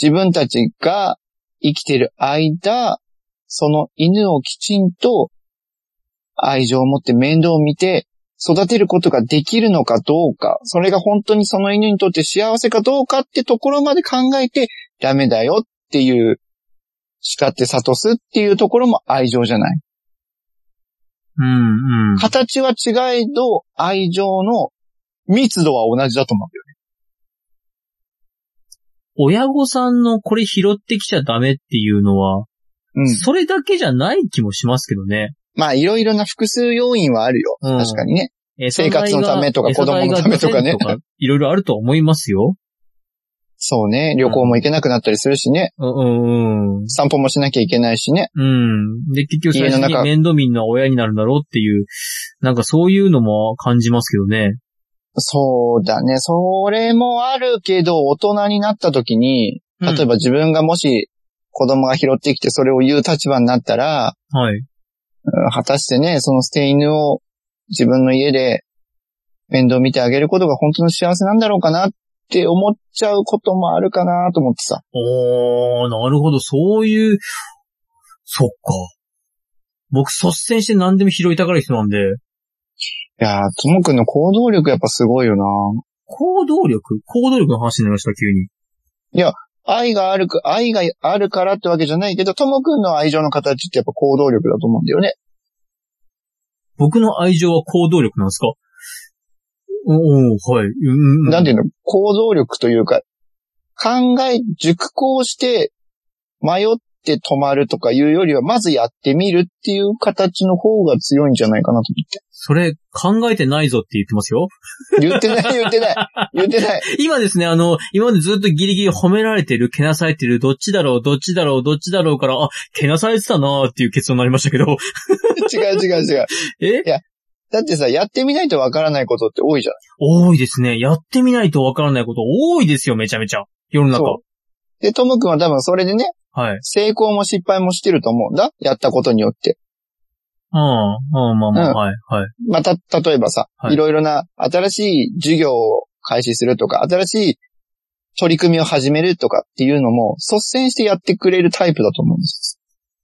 Speaker 2: 自分たちが生きてる間、その犬をきちんと愛情を持って面倒を見て育てることができるのかどうか、それが本当にその犬にとって幸せかどうかってところまで考えてダメだよっていう、叱って諭すっていうところも愛情じゃない。
Speaker 1: うん、うん。
Speaker 2: 形は違えど愛情の密度は同じだと思う。
Speaker 1: 親御さんのこれ拾ってきちゃダメっていうのは、
Speaker 2: うん。
Speaker 1: それだけじゃない気もしますけどね。
Speaker 2: まあ、いろいろな複数要因はあるよ。
Speaker 1: うん
Speaker 2: 確かにね。
Speaker 1: 餌代が
Speaker 2: 生活のためとか
Speaker 1: 餌代が
Speaker 2: 子供のためとかね
Speaker 1: 出せるいろいろあると思いますよ。
Speaker 2: そうね。旅行も行けなくなったりするしね。
Speaker 1: うん、うん、うん。
Speaker 2: 散歩もしなきゃいけないしね。
Speaker 1: うん。で、結局最
Speaker 2: 家
Speaker 1: 初
Speaker 2: の
Speaker 1: に
Speaker 2: 中
Speaker 1: 面倒見んのは親になるんだろうっていう、なんかそういうのも感じますけどね。
Speaker 2: そうだね。それもあるけど、大人になった時に、
Speaker 1: うん
Speaker 2: 例えば自分がもし子供が拾ってきてそれを言う立場になったら、
Speaker 1: はい。
Speaker 2: うん果たしてね、その捨て犬を自分の家で面倒見てあげることが本当の幸せなんだろうかなって思っちゃうこともあるかなと思ってさ。
Speaker 1: おー、なるほど。そういう、そっか。僕率先して何でも拾いたがる人なんで、
Speaker 2: いやー、ともくんの行動力やっぱすごいよな
Speaker 1: 行動力行動力の話になりました、急に。
Speaker 2: 愛があるか、愛があるからってわけじゃないけど、ともくんの愛情の形ってやっぱ行動力だと思うんだよね。
Speaker 1: 僕の愛情は行動力なんですかおおはい。うん、
Speaker 2: なんていうの、行動力というか、考え、熟考して、迷っって止まるとかいうよりは、まずやってみるっていう形の方が強いんじゃないかなと
Speaker 1: それ考えてないぞって言ってますよ。
Speaker 2: 思って。言ってない、言ってない、言ってない。
Speaker 1: 今ですね、あの、今までずっとギリギリ褒められてる、けなされてる、どっちだろう、どっちだろう、どっちだろうから、あ、けなされてたなーっていう結論になりましたけど。
Speaker 2: 違う違う違う。
Speaker 1: え
Speaker 2: だってさ、やってみないとわからないことって多いじゃん。
Speaker 1: 多いですね。やってみないとわからないこと多いですよ、めちゃめちゃ。世の中。
Speaker 2: そで、トム君は多分それでね、
Speaker 1: はい。
Speaker 2: 成功も失敗もしてると思うんだ。やったことによって。
Speaker 1: うん、うん、まあまあ、
Speaker 2: うん
Speaker 1: はい、はい。
Speaker 2: まあ、た、例えばさ、
Speaker 1: はい
Speaker 2: い、ろいろな新しい授業を開始するとか、新しい取り組みを始めるとかっていうのも、率先してやってくれるタイプだと思うんです。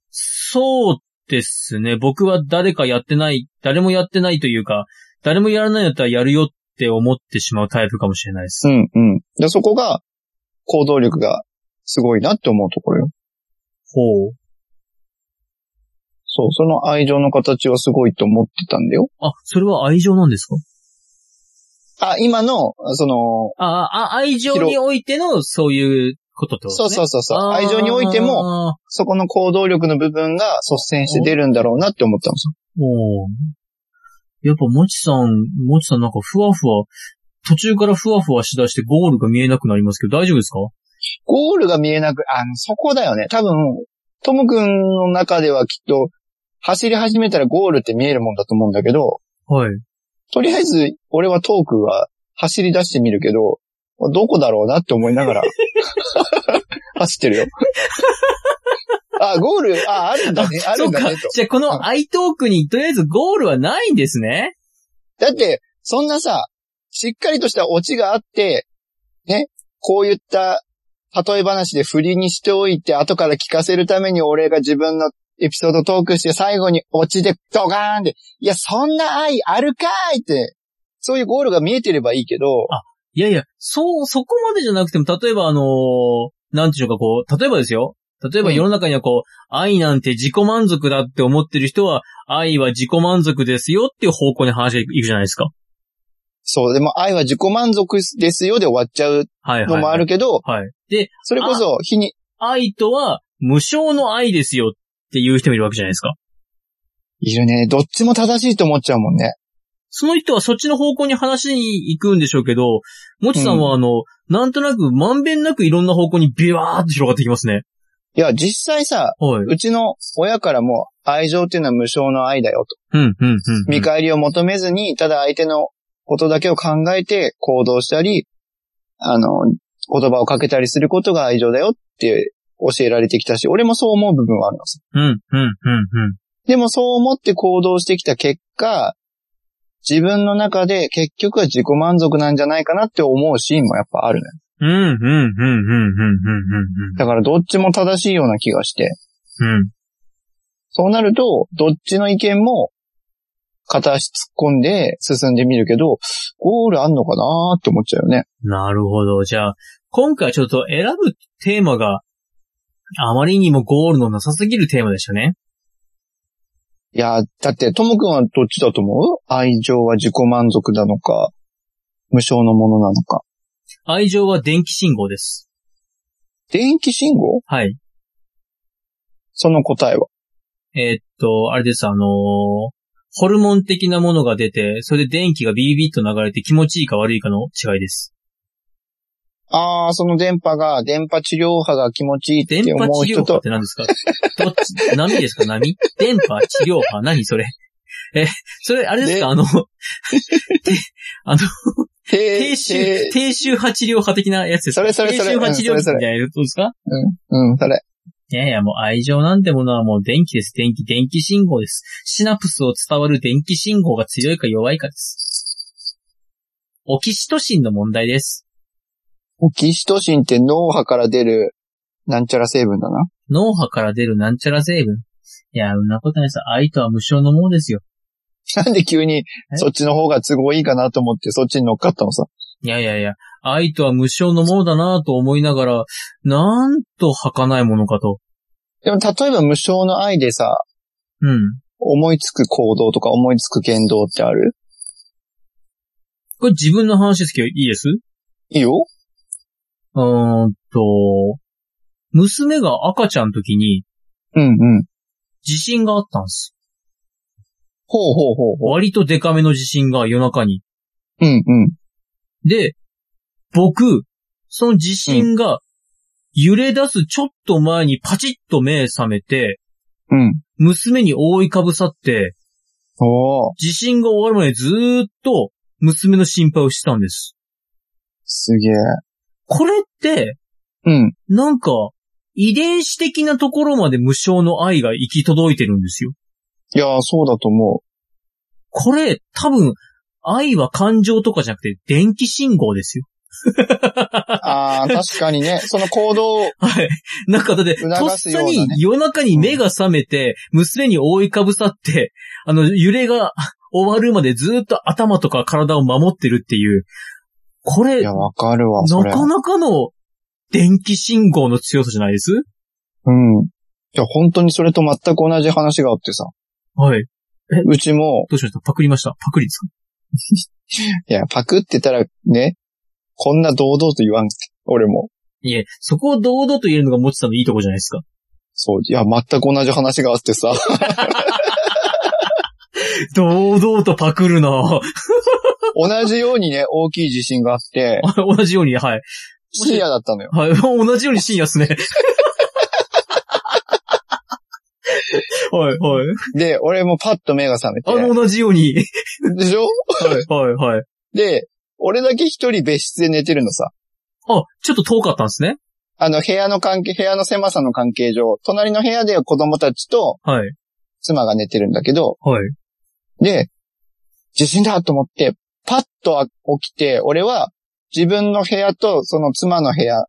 Speaker 1: そうですね。僕は誰かやってない、誰もやってないというか、誰もやらないんだったらやるよって思ってしまうタイプかもしれないです。
Speaker 2: うん、うん。で、そこが、行動力がすごいなって思うところよ。
Speaker 1: ほう。
Speaker 2: そう、その愛情の形はすごいと思ってたんだよ。
Speaker 1: あ、それは愛情なんですか
Speaker 2: あ、今の、その、
Speaker 1: ああ、あ愛情においてのそういうことってこと
Speaker 2: そう
Speaker 1: ですね。
Speaker 2: そううそうそう、愛情においても、
Speaker 1: も。
Speaker 2: そこの行動力の部分が率先して出るんだろうなって思ったんですよ。
Speaker 1: もう、やっぱもちさん、もちさんなんかふわふわ、途中からふわふわしだしてゴールが見えなくなりますけど大丈夫ですか
Speaker 2: ゴールが見えなく、あの、そこだよね。多分、トム君の中ではきっと、走り始めたらゴールって見えるもんだと思うんだけど、
Speaker 1: はい。
Speaker 2: とりあえず、俺はトークは走り出してみるけど、どこだろうなって思い
Speaker 1: [laughs]
Speaker 2: ながら、走ってるよ。あ、ゴール、あ、あるんだね、あ
Speaker 1: そ
Speaker 2: る
Speaker 1: うん
Speaker 2: だ
Speaker 1: か
Speaker 2: ねと。。
Speaker 1: じゃあこのアイトークにとりあえずゴールはないんですね。
Speaker 2: だって、そんなさ、しっかりとしたオチがあって、ね、こういった、例え話で振りにしておいて、後から聞かせるために俺が自分のエピソードトークして、最後にオチでドガーンって、いや、そんな愛あるかいって、そういうゴールが見えてればいいけど、
Speaker 1: いやいや、そう、そこまでじゃなくても、例えばあのーなんていうのかこう、例えばですよ。例えば
Speaker 2: うん
Speaker 1: 世の中にはこう、愛なんて自己満足だって思ってる人は、愛は自己満足ですよっていう方向に話がいくじゃないですか。
Speaker 2: そう、でも愛は自己満足ですよで終わっちゃう
Speaker 1: はいはい。
Speaker 2: のもあるけど、
Speaker 1: はい。で、
Speaker 2: それこそ、日に、
Speaker 1: 愛とは無償の愛ですよっていう人もいるわけじゃないですか。
Speaker 2: いるね、どっちも正しいと思っちゃうもんね。
Speaker 1: その人はそっちの方向に話に行くんでしょうけど、もちさんはあの、なんとなくまんべんなくいろんな方向にビワーって広がっていきますね。
Speaker 2: いや、実際さ、
Speaker 1: はい。
Speaker 2: うちの親からも愛情っていうのは無償の愛だよ
Speaker 1: う
Speaker 2: と。
Speaker 1: ん、うん、うん。
Speaker 2: 見返りを求めずに、ただ相手のことだけを考えて行動したり、あの、言葉をかけたりすることが愛情だよって教えられてきたし、俺もそう思う部分はあるんです。
Speaker 1: うん、うん、うん、うん。
Speaker 2: でもそう思って行動してきた結果、自分の中で結局は自己満足なんじゃないかなって思うシーンもやっぱあるね。
Speaker 1: うん、うん、うん、うん、うん、うん、うん
Speaker 2: だからどっちも正しいような気がして、
Speaker 1: うん。うん。
Speaker 2: そうなると、どっちの意見も片足突っ込んで進んでみるけど、ゴールあんのかなーって思っちゃうよね。
Speaker 1: なるほど。じゃあ、今回ちょっと選ぶテーマが、あまりにもゴールのなさすぎるテーマでしたね。
Speaker 2: いやー、だって、ともくんはどっちだと思う愛情は自己満足なのか、無償のものなのか。
Speaker 1: 愛情は電気信号です。
Speaker 2: 電気信号
Speaker 1: はい。
Speaker 2: その答えは。
Speaker 1: えーっと、あれです、あのーホルモン的なものが出て、それで電気がビービーっと流れて気持ちいいか悪いかの違いです。
Speaker 2: あー、その電波が、電波治療波が気持ちいいっ
Speaker 1: 電
Speaker 2: て
Speaker 1: 波
Speaker 2: 思う
Speaker 1: 治療
Speaker 2: 人
Speaker 1: 波っ
Speaker 2: と、
Speaker 1: て何ですかどっち、波ですか波電波治療波何それえ、それ、あれですかあの、低周、
Speaker 2: 低周、
Speaker 1: 低周波治療派的なやつですか
Speaker 2: それそれそれ
Speaker 1: 低周波治療
Speaker 2: うん
Speaker 1: み
Speaker 2: そ
Speaker 1: たい
Speaker 2: れそ
Speaker 1: なやつですか
Speaker 2: うん、それ。
Speaker 1: いやいや、もう愛情なんてものはもう電気です。電気、電気信号です。シナプスを伝わる電気信号が強いか弱いかです。オキシトシンの問題です。
Speaker 2: オキシトシンって脳波から出る、なんちゃら成分だな。
Speaker 1: 脳波から出るなんちゃら成分。いや、そんなことないです。愛とは無償のものですよ。
Speaker 2: [laughs] なんで急に、そっちの方が都合いいかなと思って、そっちに乗っかったのさ。
Speaker 1: いやいやいや、愛とは無償のものだなぁと思いながら、なんと儚いものかと。
Speaker 2: でも、例えば無償の愛でさ、
Speaker 1: うん。
Speaker 2: 思いつく行動とか思いつく言動ってある
Speaker 1: これ自分の話ですけど、いいです
Speaker 2: いいよ
Speaker 1: うーんと、娘が赤ちゃんの時に、
Speaker 2: うんうん。
Speaker 1: 地震があったんです。
Speaker 2: ほうほうほうほう。
Speaker 1: 割とデカめの地震が夜中に。
Speaker 2: うんうん。
Speaker 1: で、僕、その地震が揺れ出すちょっと前にパチッと目覚めて、
Speaker 2: うん。
Speaker 1: 娘に覆いかぶさって、
Speaker 2: おー。
Speaker 1: 地震が終わるまでずーっと娘の心配をしてたんです。
Speaker 2: すげえ。
Speaker 1: これって、
Speaker 2: うん。
Speaker 1: なんか、遺伝子的なところまで無償の愛が行き届いてるんですよ。
Speaker 2: いやー、そうだと思
Speaker 1: これ、多分、愛は感情とかじゃなくて電気信号ですよ。
Speaker 2: う。あー、確かにね。 [laughs] その行動、
Speaker 1: はい。なんかだって、とっ
Speaker 2: 促すよ
Speaker 1: さ
Speaker 2: うなね
Speaker 1: に夜中に目が覚めて、娘に覆いかぶさって、あの、揺れが終わるまでずっと頭とか体を守ってるっていう。これ、
Speaker 2: い
Speaker 1: な
Speaker 2: や、わかるわ、それ。
Speaker 1: かなかの電気信号の強さじゃないです
Speaker 2: うん。いや、本当にそれと全く同じ話があってさ。
Speaker 1: はい。
Speaker 2: うちも、
Speaker 1: どうしましたパクりましたパクリですか
Speaker 2: いや、パクってたらね、こんな堂々と言わんって。俺も。
Speaker 1: いえ、そこを堂々と言えるのが持ちさんのいいとこじゃないですか。
Speaker 2: そう。いや、全く同じ話があっ
Speaker 1: [laughs]
Speaker 2: てさ。
Speaker 1: 堂々とパクるな
Speaker 2: 同じようにね、大きい地震があって、
Speaker 1: [laughs] 同じように、はい。し
Speaker 2: 深夜だったのよ。
Speaker 1: はい。 [laughs] 同じように深夜っ [laughs] すね。はい、はい。
Speaker 2: で、俺もパッと目が覚め
Speaker 1: あの、
Speaker 2: て。
Speaker 1: 同じように。
Speaker 2: でしょ
Speaker 1: はい、 [laughs] はい、はい。
Speaker 2: で、俺だけ一人別室で寝てるのさ。
Speaker 1: あ、ちょっと遠かったんですね。
Speaker 2: あの、部屋の関係、部屋の狭さの関係上、隣の部屋では子供たちと
Speaker 1: はい、
Speaker 2: 妻が寝てるんだけど、
Speaker 1: はい。
Speaker 2: で、地震だと思って、パッと起きて、俺は自分の部屋とその妻の部屋、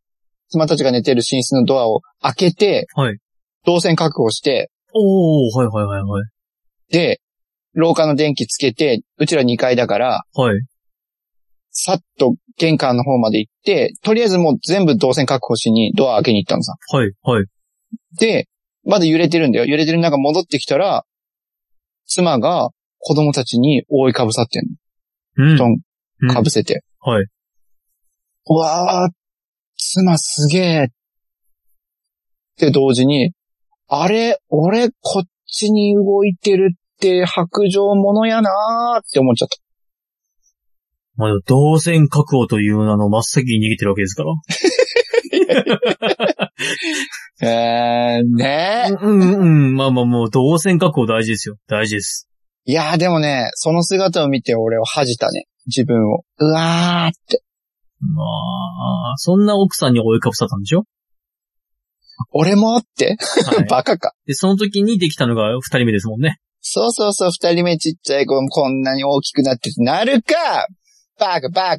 Speaker 2: 妻たちが寝てる寝室のドアを開けて、
Speaker 1: はい
Speaker 2: 動線確保して、
Speaker 1: おー、はい、はい、はい、はい。
Speaker 2: で、廊下の電気つけて、うちら2階だから、
Speaker 1: はい。
Speaker 2: さっと玄関の方まで行って、とりあえずもう全部動線確保しにドア開けに行ったのさ。
Speaker 1: はい、はい。
Speaker 2: で、まだ揺れてるんだよ。揺れてる中戻ってきたら、妻が子供たちに覆いかぶさってん
Speaker 1: うん。
Speaker 2: ドン
Speaker 1: うん
Speaker 2: の。かぶせて。
Speaker 1: はい。
Speaker 2: うわー、妻すげえ。って同時に、あれ、俺、こっちに動いてるって白状者やなーって思っちゃっ
Speaker 1: まあ、動線確保という名の真っ先に逃げてるわけですから。
Speaker 2: た。えー、ねえ。
Speaker 1: うん、うん、うん。まあまあ、もう動線確保大事ですよ。大事です。
Speaker 2: いやーでもね、その姿を見て俺を恥じたね。自分を。うわーって。
Speaker 1: まあ、そんな奥さんに追いかぶさったんでし [laughs] ょ、
Speaker 2: 俺もって。
Speaker 1: はい、
Speaker 2: バカか。
Speaker 1: で、その時にできたのが二人目ですもんね。
Speaker 2: そうそうそう、二人目ちっちゃい子もこんなに大きくなっててなるかバカバカ。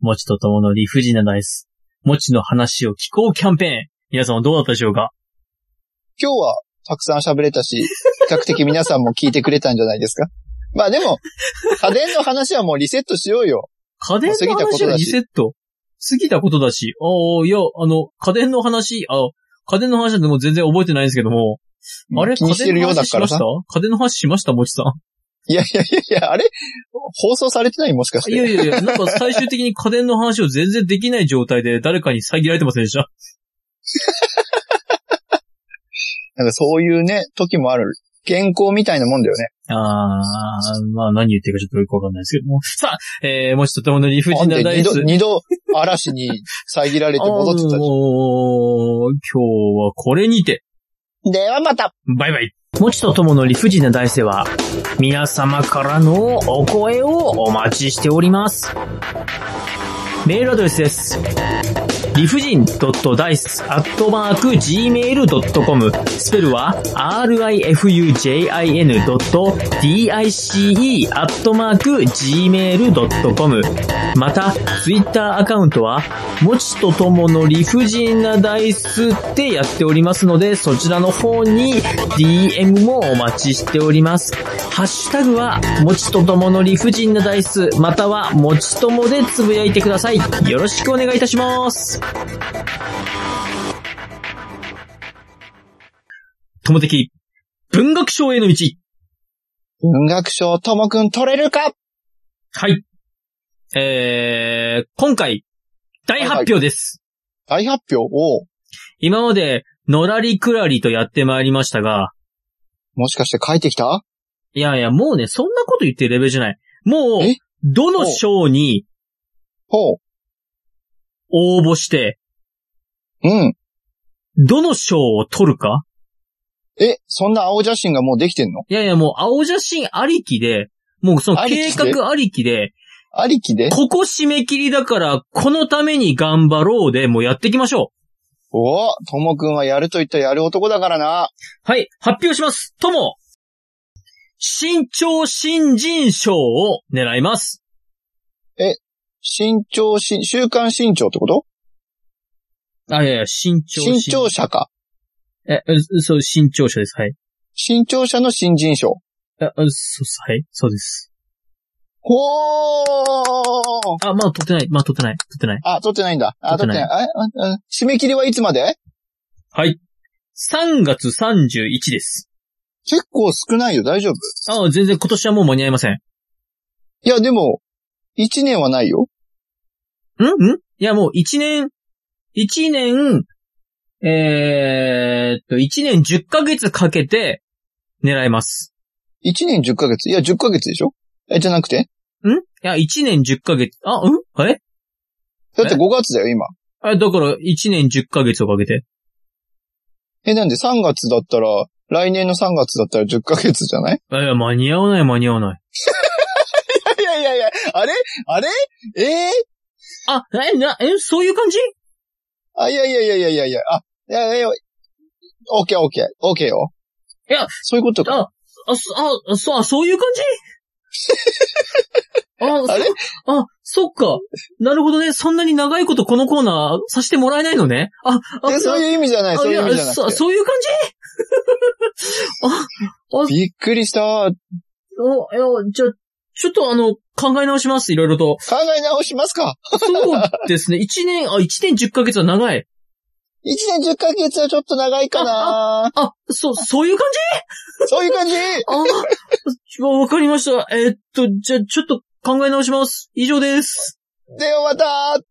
Speaker 1: もちとともの理不尽なダイス。もちの話を聞こうキャンペーン。皆さんはどうだったでしょうか
Speaker 2: 今日はたくさん喋
Speaker 1: [laughs]
Speaker 2: れたし、比較的皆さんも聞いてくれたんじゃないですか。まあでも、家電の話はもうリセットしようよ。
Speaker 1: 家電の話はリセット。過ぎたことだし。ああ、いや、あの、家電の話、あ家電の話なんてもう全然覚えてないんですけども。あれ
Speaker 2: 気にしてるようだからさ。
Speaker 1: 家電の話しました家電の話しましたもちさん。
Speaker 2: いやいやいやいや、あれ放送されてないもしかし
Speaker 1: いや
Speaker 2: て。
Speaker 1: いやいや、なんか最終的に家電の話を全然できない状態で誰かに遮られてませんでした。
Speaker 2: なんかそういうね、時もある。健康みたいなもんだよね。
Speaker 1: ああ、まあ何言ってるかちょっとよくわかんないですけども。さあ、えー、もちとともの理不
Speaker 2: な
Speaker 1: 尽
Speaker 2: ん
Speaker 1: な
Speaker 2: で
Speaker 1: ダ
Speaker 2: 二
Speaker 1: イス
Speaker 2: 度、。二度嵐に遮られて
Speaker 1: [laughs]
Speaker 2: 戻ってたじ
Speaker 1: おー今日はこれにて。
Speaker 2: ゃん。ではまた
Speaker 1: バイバイ。もちとともの理不尽な大世は、皆様からのお声をお待ちしております。メールアドレスです。理不尽 d i c e g m a i l c o m スペルは rifujin.dice gmail.com また、ツイッターアカウントは、もちとともの理不尽なダイスってやっておりますので、そちらの方に DM もお待ちしております。ハッシュタグは、もちとともの理不尽なダイス、または、もちともでつぶやいてください。よろしくお願いいたします。友的、文学賞への道。
Speaker 2: 文学賞ともくん取れるか
Speaker 1: はい。えー、今回、大発表です。
Speaker 2: 大発表を、
Speaker 1: 今まで、のらりくらりとやってまいりましたが、
Speaker 2: もしかして書いてきた
Speaker 1: いやいや、もうね、そんなこと言ってるレベルじゃない。もう
Speaker 2: え、
Speaker 1: どの賞に
Speaker 2: ほう。
Speaker 1: 応募して、
Speaker 2: うん。
Speaker 1: どの賞を取るか
Speaker 2: え、そんな青写真がもうできてんの
Speaker 1: いやいや、もう青写真ありきで、もうその
Speaker 2: あり
Speaker 1: 計
Speaker 2: きで
Speaker 1: 画ありきで、
Speaker 2: ありきで
Speaker 1: ここ締め切りだから、このために頑張ろうで、もうやっていきましょ
Speaker 2: おお、ともくんはやると言ったらやる男だからな。
Speaker 1: う。はい、発表します。とも、新潮新人賞を狙います。
Speaker 2: 身長し、週刊身長ってこと
Speaker 1: あ、いやいや、新潮
Speaker 2: 新潮社か。
Speaker 1: え、うそう、新潮賞です。はい。
Speaker 2: 新潮社の新人賞。
Speaker 1: あ、うそうっす、はい。そうです。
Speaker 2: ほー
Speaker 1: あ、まあ、取ってない。まあ、取ってない。取ってない。
Speaker 2: あ、撮ってないんだ。
Speaker 1: 撮
Speaker 2: あ、撮
Speaker 1: っ
Speaker 2: ってて
Speaker 1: な
Speaker 2: ない。あああ締め切りはいつまで
Speaker 1: はい。3月31です。
Speaker 2: 結構少ないよ、大丈夫。
Speaker 1: ああ、全然今年はもう間に合いません。ん
Speaker 2: いや、でも、1年はないよ。
Speaker 1: んいや、もう1年、1年、えー、っと、1年10ヶ月かけて狙います。
Speaker 2: 1年10ヶ月。いや、10ヶ月でしょえ、じゃなくて
Speaker 1: んいや、1年10ヶ月、あ、うんえ
Speaker 2: だって
Speaker 1: え
Speaker 2: 5月だよ、今。
Speaker 1: あだから1年10ヶ月をかけて。
Speaker 2: え、なんで3月だったら、来年の3月だったら10ヶ月じゃない [laughs]
Speaker 1: あいや、間に合わない、間に合わない。
Speaker 2: いやいやいや、あれあれええ
Speaker 1: あ、え、な、え、そういう感じ
Speaker 2: あ、いやいやいやいやいやいや、あ、いやいやいや、オッケーオッケー、オッケーよ。
Speaker 1: いや、
Speaker 2: そういうことか。
Speaker 1: あ、あ、そ、あ、そ、あ、そういう [laughs] 感じあ、そ
Speaker 2: あれ
Speaker 1: あ、そっか。なるほどね。そんなに長いことこのコーナーさせてもらえないのね。あ、あ、
Speaker 2: えそう
Speaker 1: う、
Speaker 2: いう意味じゃない、
Speaker 1: あ
Speaker 2: そういう意味じゃな
Speaker 1: そ、
Speaker 2: くて。
Speaker 1: そういう感
Speaker 2: びっくりした。
Speaker 1: じお、いや、じゃ、ちょっとあの、考え直します。いろいろと。
Speaker 2: 考え直しますか。
Speaker 1: そうですね。一年、あ、一年十ヶ月は長い。
Speaker 2: 1年10ヶ月はちょっと長いか
Speaker 1: [laughs]
Speaker 2: な
Speaker 1: あ、そう、そういう感じ
Speaker 2: そういう感じ
Speaker 1: ああ、 [laughs] わかりました。えっと、じゃ、ちょっと考え直します。以上です。
Speaker 2: ではまた